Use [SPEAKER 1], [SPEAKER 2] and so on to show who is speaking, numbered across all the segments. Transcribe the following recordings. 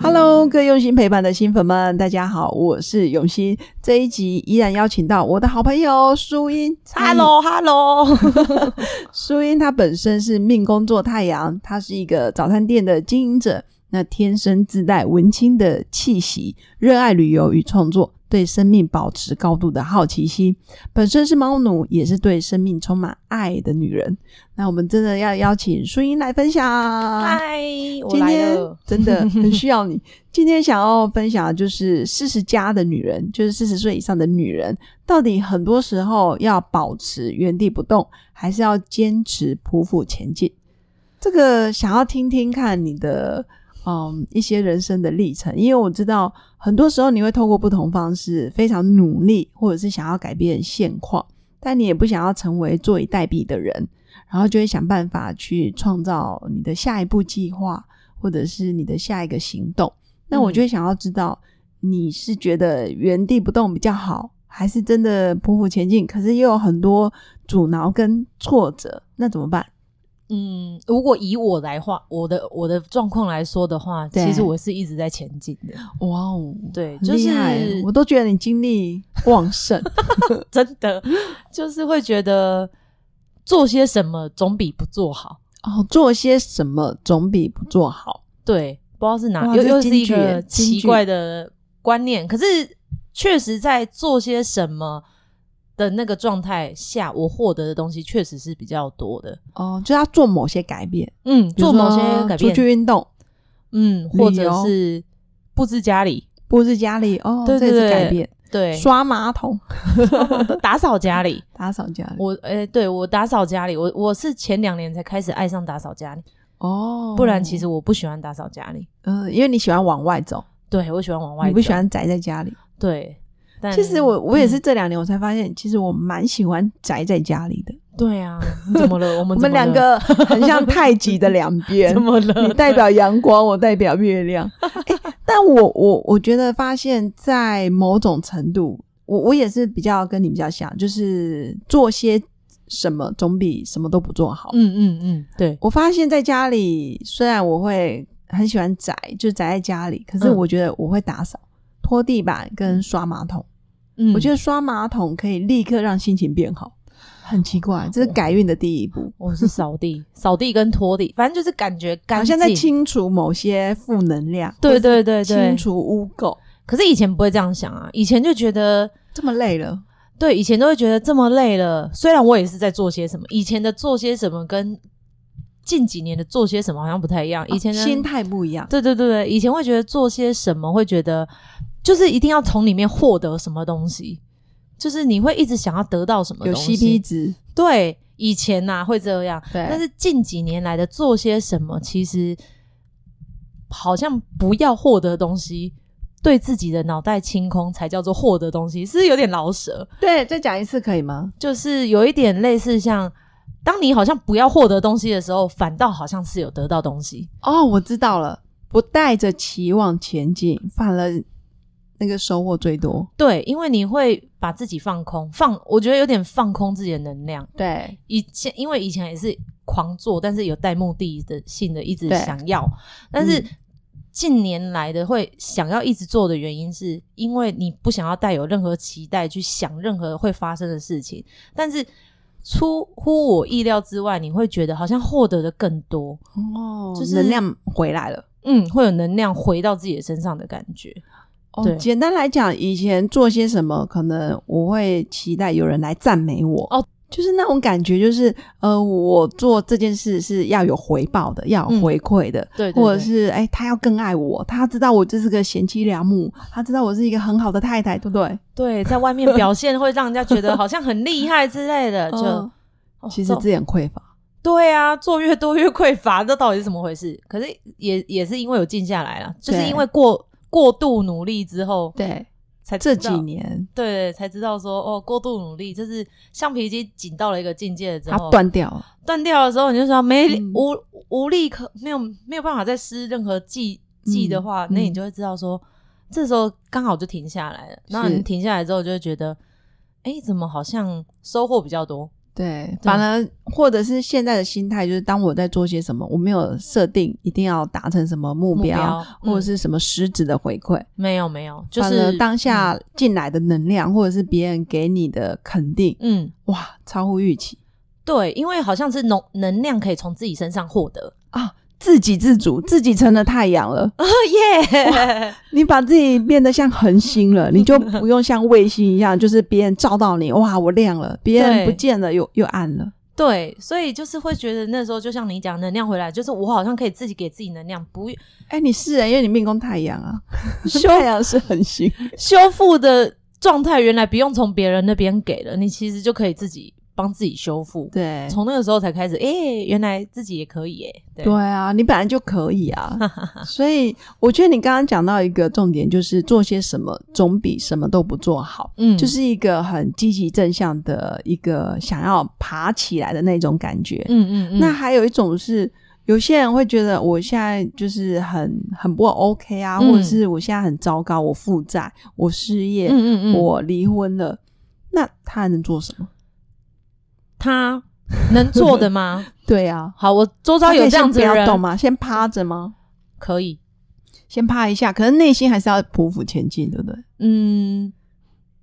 [SPEAKER 1] Hello，各位用心陪伴的新粉们，大家好，我是永新。这一集依然邀请到我的好朋友舒英。
[SPEAKER 2] Hello，Hello，
[SPEAKER 1] 苏英她本身是命宫做太阳，她是一个早餐店的经营者，那天生自带文青的气息，热爱旅游与创作，对生命保持高度的好奇心。本身是猫奴，也是对生命充满爱的女人。那我们真的要邀请苏英来分享。
[SPEAKER 2] 嗨，我
[SPEAKER 1] 啊今
[SPEAKER 2] 来
[SPEAKER 1] 天。
[SPEAKER 2] 了
[SPEAKER 1] 真 的很需要你。今天想要分享的就是四十加的女人，就是四十岁以上的女人，到底很多时候要保持原地不动，还是要坚持匍匐前进？这个想要听听看你的嗯一些人生的历程，因为我知道很多时候你会透过不同方式非常努力，或者是想要改变现况，但你也不想要成为坐以待毙的人，然后就会想办法去创造你的下一步计划，或者是你的下一个行动。那我就会想要知道，你是觉得原地不动比较好，还是真的匍匐前进？可是又有很多阻挠跟挫折，那怎么办？
[SPEAKER 2] 嗯，如果以我来话，我的我的状况来说的话，
[SPEAKER 1] 对
[SPEAKER 2] 其实我是一直在前进的。
[SPEAKER 1] 哇哦，
[SPEAKER 2] 对，
[SPEAKER 1] 很
[SPEAKER 2] 就
[SPEAKER 1] 厉
[SPEAKER 2] 是
[SPEAKER 1] 害，我都觉得你精力旺盛。
[SPEAKER 2] 真的就是会觉得做些什么总比不做好。
[SPEAKER 1] 哦，做些什么总比不做好。
[SPEAKER 2] 对，不知道是
[SPEAKER 1] 哇
[SPEAKER 2] 哪，又
[SPEAKER 1] 这
[SPEAKER 2] 又
[SPEAKER 1] 金
[SPEAKER 2] 是一
[SPEAKER 1] 句耶
[SPEAKER 2] 个
[SPEAKER 1] 金
[SPEAKER 2] 奇
[SPEAKER 1] 句
[SPEAKER 2] 怪的观念。可是确实在做些什么的那个状态下，我获得的东西确实是比较多的。
[SPEAKER 1] 哦，就要做某些改变，
[SPEAKER 2] 嗯，
[SPEAKER 1] 比如
[SPEAKER 2] 做某些
[SPEAKER 1] 说
[SPEAKER 2] 改
[SPEAKER 1] 出去
[SPEAKER 2] 变，
[SPEAKER 1] 运动，
[SPEAKER 2] 嗯，或
[SPEAKER 1] 旅
[SPEAKER 2] 者
[SPEAKER 1] 游
[SPEAKER 2] 是布置家里，
[SPEAKER 1] 布置家里，哦，
[SPEAKER 2] 对对
[SPEAKER 1] 这也是
[SPEAKER 2] 对
[SPEAKER 1] 改变。
[SPEAKER 2] 对，
[SPEAKER 1] 刷马桶，
[SPEAKER 2] 打扫家里。
[SPEAKER 1] 打扫家里。
[SPEAKER 2] 我诶、对我打扫家里，我我是前两年才开始爱上打扫家里，
[SPEAKER 1] 哦，
[SPEAKER 2] 不然其实我不喜欢打扫家里。
[SPEAKER 1] 嗯，因为你喜欢往外走，
[SPEAKER 2] 对我喜欢往外，
[SPEAKER 1] 你不喜？欢宅在家里。
[SPEAKER 2] 对，但
[SPEAKER 1] 其实我我也是
[SPEAKER 2] 嗯
[SPEAKER 1] 这两年我才发现，其实我蛮喜欢宅在家里的。
[SPEAKER 2] 对 啊，你怎么了？我
[SPEAKER 1] 我
[SPEAKER 2] 们
[SPEAKER 1] 们
[SPEAKER 2] 怎么
[SPEAKER 1] 两
[SPEAKER 2] 了
[SPEAKER 1] 个很像太极的 两边
[SPEAKER 2] 怎，么了？
[SPEAKER 1] 你代表阳光，我代表月 亮。哎，但我我我觉得发现，在某种程度，我我也是比较跟你比较像，就是做些什么总比什么都不做好。
[SPEAKER 2] 嗯嗯嗯，对，
[SPEAKER 1] 我发现在家里，虽然我会很喜欢宅，就宅在家里，可是
[SPEAKER 2] 嗯
[SPEAKER 1] 我觉得我会打扫、拖地板跟刷马桶。
[SPEAKER 2] 嗯，
[SPEAKER 1] 我觉
[SPEAKER 2] 得
[SPEAKER 1] 得刷马桶可以立刻让心情变好，很奇怪，
[SPEAKER 2] 嗯
[SPEAKER 1] 这是改运的第一步，
[SPEAKER 2] 我是扫地，扫地跟拖地，反正就是感觉干
[SPEAKER 1] 好像
[SPEAKER 2] 净。
[SPEAKER 1] 在清除某些负能量，
[SPEAKER 2] 对对对对
[SPEAKER 1] 清。除污垢，
[SPEAKER 2] 可是以前不会这样想啊，以前就觉得
[SPEAKER 1] 这么累了，
[SPEAKER 2] 对，以前都会觉得这么累了。虽然我也是在做些什么，以前的做些什么跟近几年的做些什么好像不太一样。以前的、
[SPEAKER 1] 啊心态不一样，
[SPEAKER 2] 对对对对，以前会觉得做些什么，会觉得就是一定要从里面获得什么东西，就是你会一直想要得到什么
[SPEAKER 1] 有
[SPEAKER 2] 东西。
[SPEAKER 1] CP 值，
[SPEAKER 2] 对，以前呐、会这样，
[SPEAKER 1] 对
[SPEAKER 2] 但是近几年来的做些什么，其实好像不要获得东西。对自己的脑袋清空才叫做获得东西，是不是有点老舍？
[SPEAKER 1] 对，再讲一次可以吗？
[SPEAKER 2] 就是有一点类似像，当你好像不要获得东西的时候，反倒好像是有得到东西。
[SPEAKER 1] 哦，我知道了，不带着期望前进，反而那个收获最多，
[SPEAKER 2] 对，因为你会把自己放空，放我觉得有点放空自己的能量。
[SPEAKER 1] 对，
[SPEAKER 2] 以前因为以前也是狂做，但是有带目的的性的一直
[SPEAKER 1] 对
[SPEAKER 2] 想要，但是
[SPEAKER 1] 嗯
[SPEAKER 2] 近年来的会想要一直做的原因，是因为你不想要带有任何期待去想任何会发生的事情，但是出乎我意料之外，你会觉得好像获得的更多。
[SPEAKER 1] 哦，
[SPEAKER 2] 就是
[SPEAKER 1] 能量回来了。
[SPEAKER 2] 嗯，会有能量回到自己的身上的感觉。
[SPEAKER 1] 哦，
[SPEAKER 2] 对
[SPEAKER 1] 简单来讲，以前做些什么，可能我会期待有人来赞美我。
[SPEAKER 2] 哦，
[SPEAKER 1] 就是那种感觉，就是呃，我做这件事是要有回报的，要有
[SPEAKER 2] 嗯
[SPEAKER 1] 回馈的。
[SPEAKER 2] 对
[SPEAKER 1] 或者是哎、他要更爱我，他知道我这是个贤妻良母，他知道我是一个很好的太太，对不对？
[SPEAKER 2] 对，在外面表现会让人家觉得好像很厉害之 类的，呃就、
[SPEAKER 1] 嗯
[SPEAKER 2] 哦
[SPEAKER 1] 其实
[SPEAKER 2] 这
[SPEAKER 1] 自己很匮乏，
[SPEAKER 2] 对啊，做越多越匮乏，这到底是怎么回事？可是也也是因为有静下来了，就是
[SPEAKER 1] 对
[SPEAKER 2] 因为过过度努力之后，
[SPEAKER 1] 对，
[SPEAKER 2] 才
[SPEAKER 1] 这
[SPEAKER 2] 知
[SPEAKER 1] 几
[SPEAKER 2] 道
[SPEAKER 1] 年
[SPEAKER 2] 对才知道说哦，过度努力就是橡皮筋紧到了一个境界之
[SPEAKER 1] 它
[SPEAKER 2] 后，
[SPEAKER 1] 断掉了，
[SPEAKER 2] 断掉的时候，你就说没、
[SPEAKER 1] 嗯
[SPEAKER 2] 无无力可没有没有办法再施任何技技的话，
[SPEAKER 1] 嗯
[SPEAKER 2] 那你
[SPEAKER 1] 嗯
[SPEAKER 2] 就会知道说，这时候刚好就停下来了。那你停下来之后，就会觉得，哎、怎么好像收获比较多？
[SPEAKER 1] 对，反而或者是现在的心态就是，当我在做些什么，我没有设定一定要达成什么目
[SPEAKER 2] 目
[SPEAKER 1] 标，
[SPEAKER 2] 标
[SPEAKER 1] 或者
[SPEAKER 2] 嗯
[SPEAKER 1] 是什么实质的回馈，
[SPEAKER 2] 没有没有，就
[SPEAKER 1] 反而
[SPEAKER 2] 是嗯
[SPEAKER 1] 当下进来的能量，或者是别人给你的肯定，
[SPEAKER 2] 嗯，嗯
[SPEAKER 1] 哇，超乎预期
[SPEAKER 2] 对，因为好像是能能量可以从自己身上获得。
[SPEAKER 1] 啊！自给自足，自己成了太阳了。
[SPEAKER 2] 哦耶！
[SPEAKER 1] 你把自己变得像恒星 了，你就不用像卫星一样，就是别人照到你，哇，我亮 了；别人
[SPEAKER 2] 对
[SPEAKER 1] 不见了，又又暗了。
[SPEAKER 2] 对，所以就是会觉得那时候就像你讲，能量回来，就是我好像可以自己给自己能量，不
[SPEAKER 1] 哎、你是、欸，因为你命宫太阳 啊，太阳是恒星。
[SPEAKER 2] 修复的状态，原来不用从别人那边给了，你其实就可以自己帮自己修复。
[SPEAKER 1] 对，
[SPEAKER 2] 从那个时候才开始，哎、原来自己也可以耶、对，
[SPEAKER 1] 对啊，你本来就可以 啊。所以我觉得你刚刚讲到一个重点，就是做些什么总比什么都不做好。
[SPEAKER 2] 嗯，
[SPEAKER 1] 就是一个很积极正向的一个想要爬起来的那种感觉。
[SPEAKER 2] 嗯嗯嗯，
[SPEAKER 1] 那还有一种是，有些人会觉得我现在就是很很不 OK 啊，
[SPEAKER 2] 嗯
[SPEAKER 1] 或者是我现在很糟糕，我负债，我失业，
[SPEAKER 2] 嗯嗯嗯，
[SPEAKER 1] 我离婚了，那他还能做什么？
[SPEAKER 2] 他能做的吗？
[SPEAKER 1] 对啊，
[SPEAKER 2] 好，我周遭
[SPEAKER 1] 他可
[SPEAKER 2] 有
[SPEAKER 1] 以
[SPEAKER 2] 这样子
[SPEAKER 1] 先
[SPEAKER 2] 的
[SPEAKER 1] 不要动
[SPEAKER 2] 人，
[SPEAKER 1] 吗？先趴着吗？
[SPEAKER 2] 可以，
[SPEAKER 1] 先趴一下，可是内心还是要匍匐前进，对不对？
[SPEAKER 2] 嗯，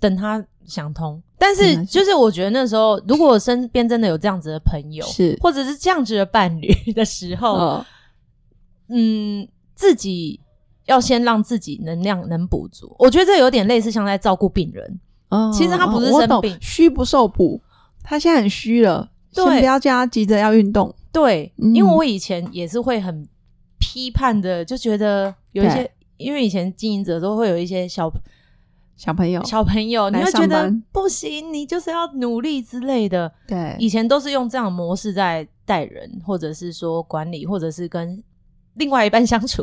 [SPEAKER 2] 等他想通。但
[SPEAKER 1] 很
[SPEAKER 2] 是
[SPEAKER 1] 难
[SPEAKER 2] 就是我觉得那时候，如果我身边真的有这样子的朋友，
[SPEAKER 1] 是
[SPEAKER 2] 或者是这样子的伴侣的时候，
[SPEAKER 1] 哦，
[SPEAKER 2] 嗯，自己要先让自己能量能补足。我觉得这有点类似像在照顾病人，
[SPEAKER 1] 嗯
[SPEAKER 2] 哦其实他不是
[SPEAKER 1] 嗯我
[SPEAKER 2] 生
[SPEAKER 1] 懂
[SPEAKER 2] 病
[SPEAKER 1] 虚不受补，他现在很虚了，先
[SPEAKER 2] 对
[SPEAKER 1] 不要叫他急着要运动，
[SPEAKER 2] 对，
[SPEAKER 1] 嗯
[SPEAKER 2] 因为我以前也是会很批判的，就觉得有一些
[SPEAKER 1] 对，
[SPEAKER 2] 因为以前经营者都会有一些小
[SPEAKER 1] 小朋友，
[SPEAKER 2] 小朋友，你
[SPEAKER 1] 哦来
[SPEAKER 2] 会觉
[SPEAKER 1] 上
[SPEAKER 2] 得
[SPEAKER 1] 班
[SPEAKER 2] 不行，你就是要努力之类的。
[SPEAKER 1] 对，
[SPEAKER 2] 以前都是用这样的模式在带人，或者是说管理，或者是跟另外一半相处。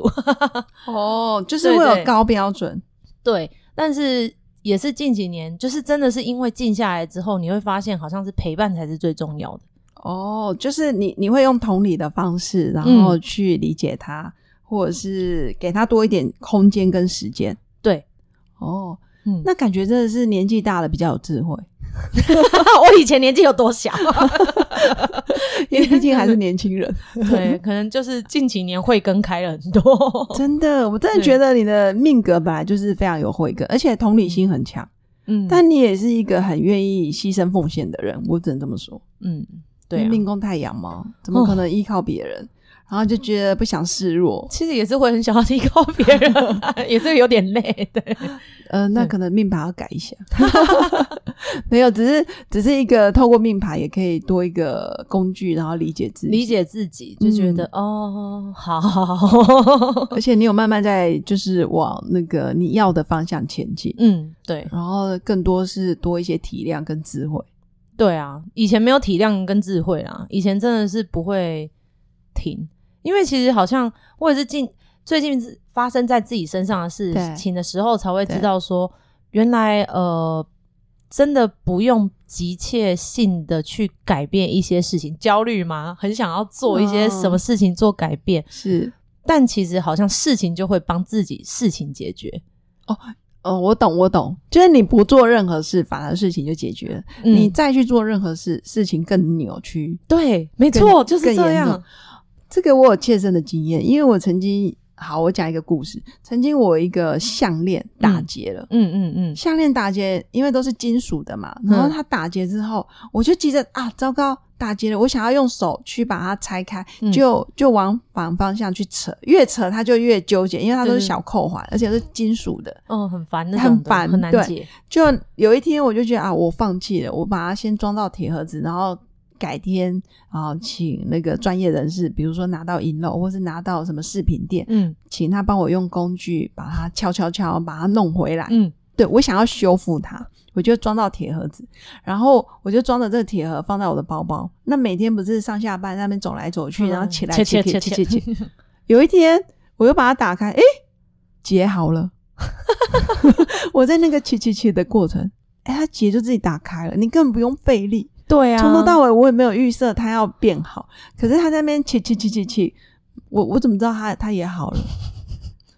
[SPEAKER 1] 哦，就是
[SPEAKER 2] 对
[SPEAKER 1] 会有
[SPEAKER 2] 对
[SPEAKER 1] 高标准，
[SPEAKER 2] 对，但是也是近几年，就是真的是因为静下来之后，你会发现好像是陪伴才是最重要的。
[SPEAKER 1] 哦，就是你你会用同理的方式，然
[SPEAKER 2] 嗯
[SPEAKER 1] 后去理解他，或者是给他多一点空间跟时间。
[SPEAKER 2] 对，
[SPEAKER 1] 哦，
[SPEAKER 2] 嗯，
[SPEAKER 1] 那感觉真的是年纪大了比较有智慧，
[SPEAKER 2] 我以前年纪有多小？
[SPEAKER 1] 因为毕竟还是年轻 人。
[SPEAKER 2] 对，可能就是近几年慧根开了很 多。
[SPEAKER 1] 真的，我真的
[SPEAKER 2] 对
[SPEAKER 1] 觉得你的命格本来就是非常有慧根，而且同理心很强。
[SPEAKER 2] 嗯，
[SPEAKER 1] 但你也是一个很愿意牺牲奉献的人，我只能这么说。
[SPEAKER 2] 嗯，对、
[SPEAKER 1] 因
[SPEAKER 2] 啊哦
[SPEAKER 1] 为，命宫太阳嘛，怎么可能依靠别人？然后就觉得不想示弱。
[SPEAKER 2] 其实也是会很想要依靠别人啊， 也是有点累。对，
[SPEAKER 1] 呃，那
[SPEAKER 2] 对
[SPEAKER 1] 可能命盘要改一 下， 没有，只是只是一个透过命盘也可以多一个工具，然后理解自己。
[SPEAKER 2] 理，解自己就觉得、哦，好好好，
[SPEAKER 1] 而且你有慢慢在就是往那个你要的方向前进，
[SPEAKER 2] 嗯，对
[SPEAKER 1] 然后更多是多一些体谅跟智慧。
[SPEAKER 2] 对啊，以前没有体谅跟智慧啦，以前真的是不会停，因为其实好像我也是近最近是发生在自己身上的事
[SPEAKER 1] 对
[SPEAKER 2] 情的时候，才会
[SPEAKER 1] 对
[SPEAKER 2] 知道说，原来呃，真的不用急切性的去改变一些事情，焦虑吗？很想要做一些
[SPEAKER 1] 嗯
[SPEAKER 2] 什么事情做改变，
[SPEAKER 1] 是，
[SPEAKER 2] 但其实好像事情就会帮自己事情解决。
[SPEAKER 1] 嗯，我懂，我懂，就是你不做任何事，反而事情就解决了。
[SPEAKER 2] 嗯
[SPEAKER 1] 你再去做任何事，事情更扭曲。
[SPEAKER 2] 对，没
[SPEAKER 1] 更
[SPEAKER 2] 错，就是
[SPEAKER 1] 更
[SPEAKER 2] 这
[SPEAKER 1] 严
[SPEAKER 2] 样
[SPEAKER 1] 重。这个我有切身的经验，因为我曾经，好，我讲一个故事。曾经我有一个项链打结了。
[SPEAKER 2] 嗯嗯嗯，
[SPEAKER 1] 项链打结，因为都是金属的嘛，然后
[SPEAKER 2] 嗯
[SPEAKER 1] 它打结之后，我就急着啊，糟糕，打结了！我想要用手去把它拆开，
[SPEAKER 2] 嗯
[SPEAKER 1] 就就往反方向去扯，越扯它就越纠结，因为它都是
[SPEAKER 2] 对对
[SPEAKER 1] 小扣环，而且都是金属的。
[SPEAKER 2] 嗯哦，很烦那
[SPEAKER 1] 很
[SPEAKER 2] 种的，
[SPEAKER 1] 烦
[SPEAKER 2] 很难
[SPEAKER 1] 对
[SPEAKER 2] 解。
[SPEAKER 1] 就有一天我就觉得啊，我放弃了，我把它先装到铁盒子，然后改天啊，请那个专业人士，比如说拿到银楼或是拿到什么饰品店，
[SPEAKER 2] 嗯，
[SPEAKER 1] 请他帮我用工具把它敲敲敲，把它弄回来。
[SPEAKER 2] 嗯
[SPEAKER 1] 对我想要修复它，我就装到铁盒子，然后我就装着这个铁盒放在我的包包。那每天不是上下班在那边走来走去，
[SPEAKER 2] 嗯
[SPEAKER 1] 然后起来
[SPEAKER 2] 切
[SPEAKER 1] 切
[SPEAKER 2] 切
[SPEAKER 1] 切切
[SPEAKER 2] 切
[SPEAKER 1] 切切。有一天我又把它打开，诶，结好了。 我在那个骑骑骑的过程，哎、它结就自己打开了，你根本不用费力。
[SPEAKER 2] 对啊，
[SPEAKER 1] 从头到尾我也没有预设它要变好，可是它在那边骑骑骑骑骑，我我怎么知道它它也 好了？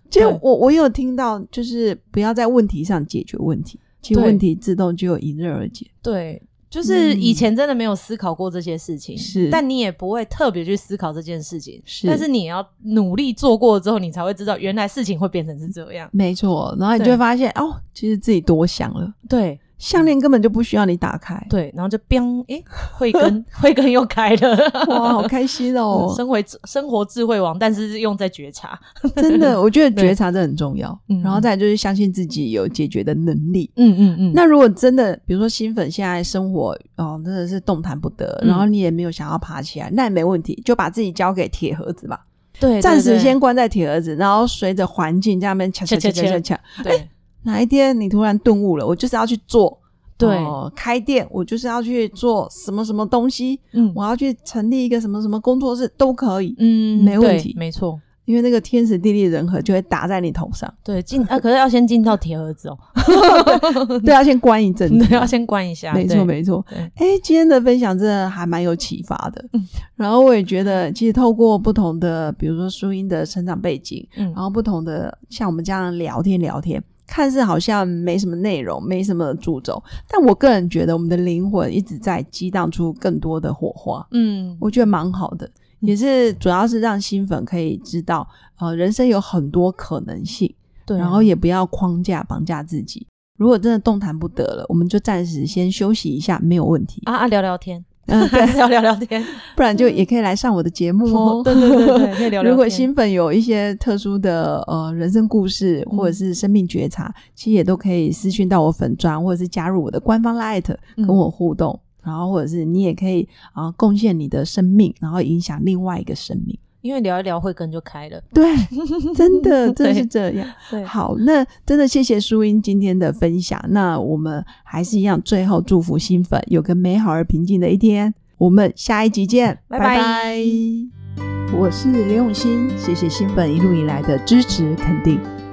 [SPEAKER 1] 其实
[SPEAKER 2] 对
[SPEAKER 1] 我我有听到，就是不要在问题上解决问题，其实
[SPEAKER 2] 对
[SPEAKER 1] 问题自动就迎刃而解。
[SPEAKER 2] 对，就是以
[SPEAKER 1] 嗯
[SPEAKER 2] 前真的没有思考过这些事情，
[SPEAKER 1] 是
[SPEAKER 2] 但你也不会特别去思考这件事情，
[SPEAKER 1] 是
[SPEAKER 2] 但是你也要努力做过之后，你才会知道原来事情会变成是这样。
[SPEAKER 1] 没错，然后你就
[SPEAKER 2] 对
[SPEAKER 1] 会发现哦，其实自己多想了，
[SPEAKER 2] 对
[SPEAKER 1] 项链根本就不需要你打 开。
[SPEAKER 2] 对，然后就 biang，诶，慧 根慧根又开了。
[SPEAKER 1] 哇，好开心哦！
[SPEAKER 2] 生活生活智慧王，但是是用在觉察。
[SPEAKER 1] 真的，我觉得
[SPEAKER 2] 对
[SPEAKER 1] 觉察这很重要
[SPEAKER 2] 嗯。
[SPEAKER 1] 然后再来就是相信自己有解决的能力。
[SPEAKER 2] 嗯嗯嗯
[SPEAKER 1] 那如果真的，比如说新粉现在生活哦，真的是动弹不得，
[SPEAKER 2] 嗯
[SPEAKER 1] 然后你也没有想要爬起来，那也没问题，就把自己交给铁盒子吧，
[SPEAKER 2] 对，
[SPEAKER 1] 暂时
[SPEAKER 2] 对
[SPEAKER 1] 先关在铁盒子，然后随着环境这样面敲敲敲
[SPEAKER 2] 切
[SPEAKER 1] 敲
[SPEAKER 2] 切
[SPEAKER 1] 敲
[SPEAKER 2] 切
[SPEAKER 1] 敲。
[SPEAKER 2] 对
[SPEAKER 1] 哪一天你突然顿悟了，我就是要去做，
[SPEAKER 2] 对
[SPEAKER 1] 哦开店，我就是要去做什么什么东西，
[SPEAKER 2] 嗯
[SPEAKER 1] 我要去成立一个什么什么工作室都可以，
[SPEAKER 2] 嗯
[SPEAKER 1] 没问
[SPEAKER 2] 对
[SPEAKER 1] 题
[SPEAKER 2] 没错。
[SPEAKER 1] 因为那个天时地利人和就会打在你头上。
[SPEAKER 2] 对进啊，可是要先进到铁盒子哦，
[SPEAKER 1] 对，要先关一阵子，
[SPEAKER 2] 对，要先关一下。
[SPEAKER 1] 没
[SPEAKER 2] 对
[SPEAKER 1] 错，没错。
[SPEAKER 2] 对嗯
[SPEAKER 1] 哎，今天的分享真的还蛮有启发的。然后我也觉得，其实透过不同的，比如说书音的成长背景，
[SPEAKER 2] 嗯
[SPEAKER 1] 然后不同的像我们这样聊天聊天，看似好像没什么内容，没什么主轴，但我个人觉得我们的灵魂一直在激荡出更多的火花，
[SPEAKER 2] 嗯，
[SPEAKER 1] 我觉得蛮好的。也是，主要是让新粉可以知道，呃，人生有很多可能性。
[SPEAKER 2] 对，啊
[SPEAKER 1] 然后也不要框架绑架自己。如果真的动弹不得了，我们就暂时先休息一下，没有问题。
[SPEAKER 2] 啊啊聊聊天，
[SPEAKER 1] 嗯，对，
[SPEAKER 2] 还是要 聊聊天。
[SPEAKER 1] 不然就也可以来上我的节目 哦。
[SPEAKER 2] 对对对对，可以聊聊天。
[SPEAKER 1] 如果新粉有一些特殊的呃人生故事
[SPEAKER 2] 嗯
[SPEAKER 1] 或者是生命觉察，其实也都可以私讯到我粉专，或者是加入我的官方 Light
[SPEAKER 2] 嗯
[SPEAKER 1] 跟我互动。然后，或者是你也可以啊、呃贡献你的生命，然后影响另外一个生命。
[SPEAKER 2] 因为聊一聊慧根就开了，
[SPEAKER 1] 对，真的，真的是
[SPEAKER 2] 对
[SPEAKER 1] 这样。
[SPEAKER 2] 对
[SPEAKER 1] 好，那真的谢谢淑英今天的分享。那我们还是一样，最后祝福新粉有个美好而平静的一天。我们下一集见，
[SPEAKER 2] 拜
[SPEAKER 1] 拜
[SPEAKER 2] 拜
[SPEAKER 1] 我是刘永新，谢谢新粉一路以来的支持肯定。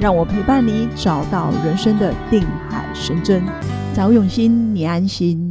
[SPEAKER 1] 让我陪伴你找到人生的定海神针。找永新，你安心。